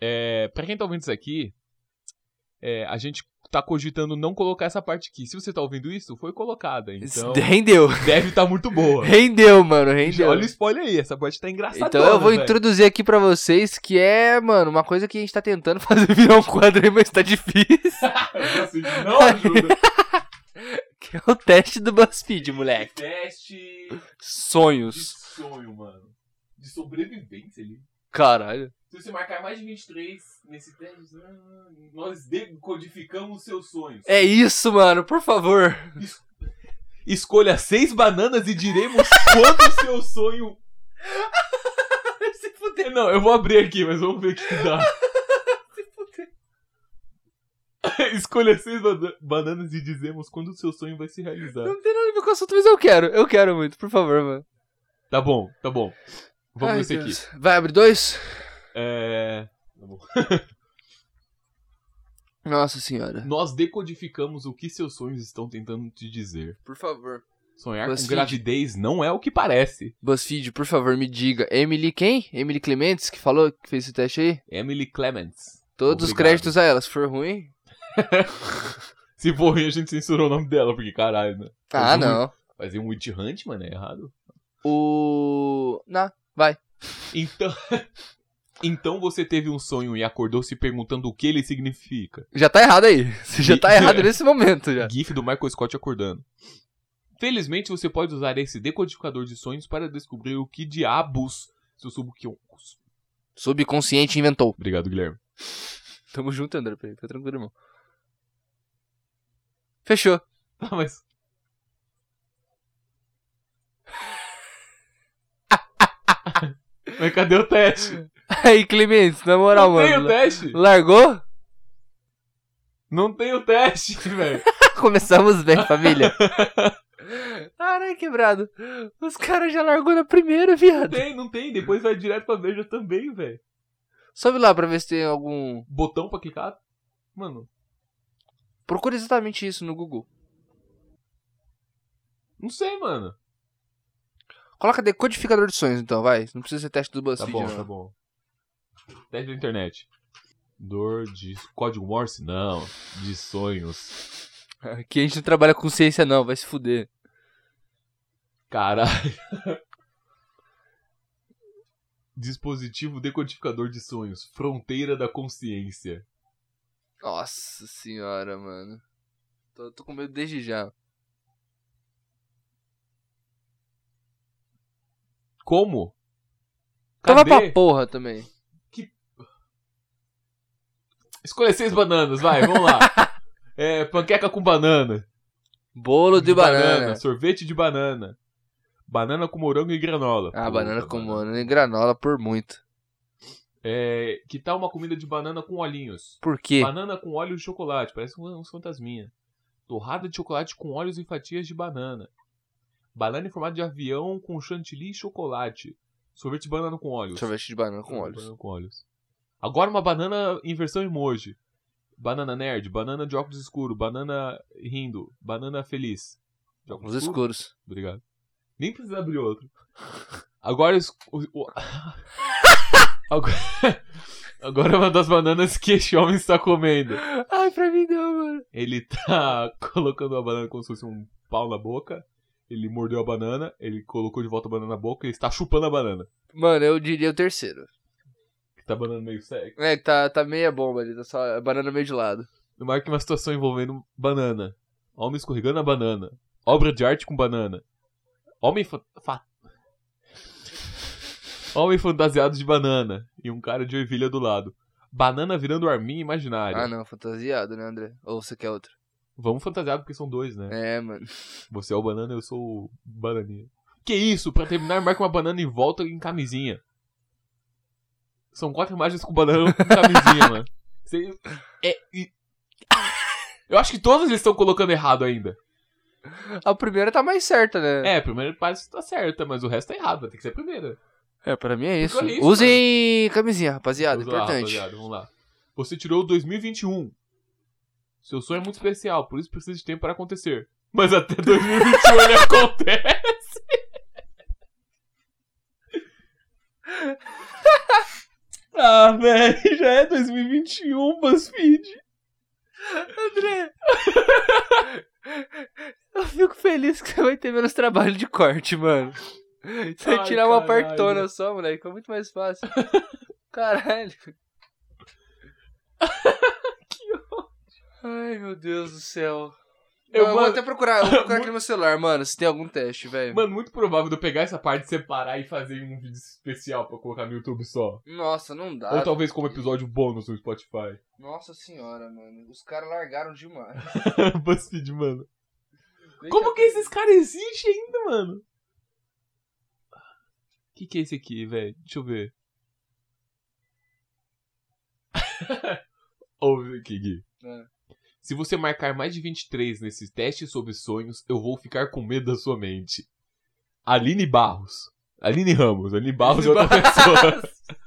É, para quem tá ouvindo isso aqui, é, a gente tá cogitando não colocar essa parte aqui. Se você tá ouvindo isso, foi colocada. Então, Rendeu. deve tá muito boa. Rendeu, mano, rendeu. Olha o spoiler aí, essa parte tá engraçada. Então eu vou introduzir aqui pra vocês que é, mano, uma coisa que a gente tá tentando fazer virar um quadro aí, mas tá difícil. assim, Não ajuda. Que é o teste do BuzzFeed, moleque. Teste de Sonhos. sonho, mano. De sobrevivência ali. Caralho. Se você marcar mais de 23 nesse teste, ah, nós decodificamos os seus sonhos. É isso, mano, por favor. Escolha seis bananas e diremos quando o seu sonho. Se fuder. Não, eu vou abrir aqui, mas vamos ver o que, que dá. Escolha seis bana- bananas e dizemos quando o seu sonho vai se realizar. Não tem nada a ver com o assunto, mas eu quero. Eu quero muito, por favor, mano. Tá bom, tá bom. Vamos Ai, ver esse aqui. Deus. Vai abrir dois? É, tá bom. Nossa senhora. Nós decodificamos o que seus sonhos estão tentando te dizer. Por favor. Sonhar com BuzzFeed. gravidez não é o que parece. BuzzFeed, por favor, me diga. Emily quem? Emily Clementes, que falou, que fez esse teste aí? Emily Clements. Todos os Obrigado. créditos a ela. Se for ruim... Se for ruim, a gente censurou o nome dela, porque caralho, né? Ah, Foi ruim. não. Fazer um witch hunt, mano, é errado. O... Não. Então. Então você teve um sonho e acordou se perguntando o que ele significa. Já tá errado aí. Você já tá errado nesse momento já. GIF do Michael Scott acordando. Felizmente você pode usar esse decodificador de sonhos para descobrir o que diabos seu subconsciente. Subconsciente inventou. Obrigado, Guilherme. Tamo junto, André. Peraí, fica tranquilo, irmão. Fechou. Tá, mas. mas cadê o teste? Aí, Clementes, na moral, Não tem o mano. teste? Largou? Não tem o teste, velho. Tá, Começamos bem, família. Caralho, quebrado. Os caras já largou na primeira, Não viado. tem, não tem. Depois vai direto pra Veja também, velho. Sobe lá pra ver se tem algum. Botão pra clicar? Mano, Procura exatamente isso no Google. não sei, mano. Coloca decodificador de sonhos, então, vai. Não precisa ser teste do Tá BuzzFeed. bom, não. tá bom. Teste da internet. Dor de código Morse? Não. De sonhos. Aqui a gente não trabalha com ciência, não. Vai se fuder. Caralho. Dispositivo decodificador de sonhos. Fronteira da consciência. Nossa senhora, mano. Tô, tô com medo desde já. Como? Então vai Cadê? pra porra também. Escolha seis bananas, vai, vamos lá. É, panqueca com banana. Bolo de, banana. Sorvete de banana. Banana com morango e granola. Ah, Puta, banana com mano. banana e granola por muito. É, que tal uma comida de banana com olhinhos? Por quê? Banana com óleo e chocolate, parece um- uns fantasminha. Torrada de chocolate com óleos e fatias de banana. Banana em formato de avião com chantilly e chocolate. Sorvete de banana com óleos. Sorvete de banana com Banana óleos. com óleos. Agora uma banana em versão emoji. Banana nerd, banana de óculos escuro, banana rindo, banana feliz. De Os escuros. Obrigado. tá Nem precisa abrir outro. Agora es- o- o- Agora... Agora é uma das bananas que este homem está comendo. Ai, pra mim não, mano. Ele tá colocando a banana como se fosse um pau na boca. Ele mordeu a banana, ele colocou de volta a banana na boca, ele está chupando a banana. Mano, eu diria o terceiro. Que tá banana meio seca. É, tá, tá meia bomba ali, tá só a banana meio de lado. No marco uma situação envolvendo banana. Homem escorregando a banana. Obra de arte com banana. Homem fa- fa- Homem fantasiado de banana. E um cara de ervilha do lado. Banana virando arminha imaginária. Ah, não, fantasiado, né, André? Ou você quer outro? Vamos fantasiado porque são dois, né? É, mano. Você é o banana, eu sou o bananinha. Que isso? Pra terminar, marca uma banana em volta em camisinha. São quatro imagens com banana com camisinha, mano. Você- É. e- Eu acho que todas eles estão colocando errado ainda. A primeira tá mais certa, né? É, a primeira parte tá certa, mas o resto tá errado. Vai ter que ser a primeira. É, pra mim é isso. Ficou nisso, Usem camisinha, rapaziada. Vamos lá, Importante. rapaziada, vamos lá. Você tirou o 2021. Seu sonho é muito especial, por isso precisa de tempo para acontecer. Mas até 2021 ele acontece. ah, Ah, velho, já é 2021, BuzzFeed. André! Eu fico feliz que você vai ter menos trabalho de corte, mano. Você vai Ai, tirar uma caralho. partona só, moleque. Fica muito mais fácil. Caralho. que Ai, meu Deus do céu. Eu, Eu, vou mano- até procurar, eu vou procurar aqui no meu celular, mano, se tem algum teste, velho. Mano, muito provável de eu pegar essa parte, separar e fazer um vídeo especial pra colocar no YouTube só. Nossa, não dá. Ou talvez como episódio bônus no Spotify. Nossa senhora, mano. Os caras largaram demais. BuzzFeed, mano. Como que esses caras existem ainda, mano? O que, que é esse aqui, velho? Deixa eu ver. Ouve aqui, Gui. É. Se você marcar mais de 23 nesses testes sobre sonhos, eu vou ficar com medo da sua mente. Aline Barros. Aline Ramos. Aline Barros é outra pessoa.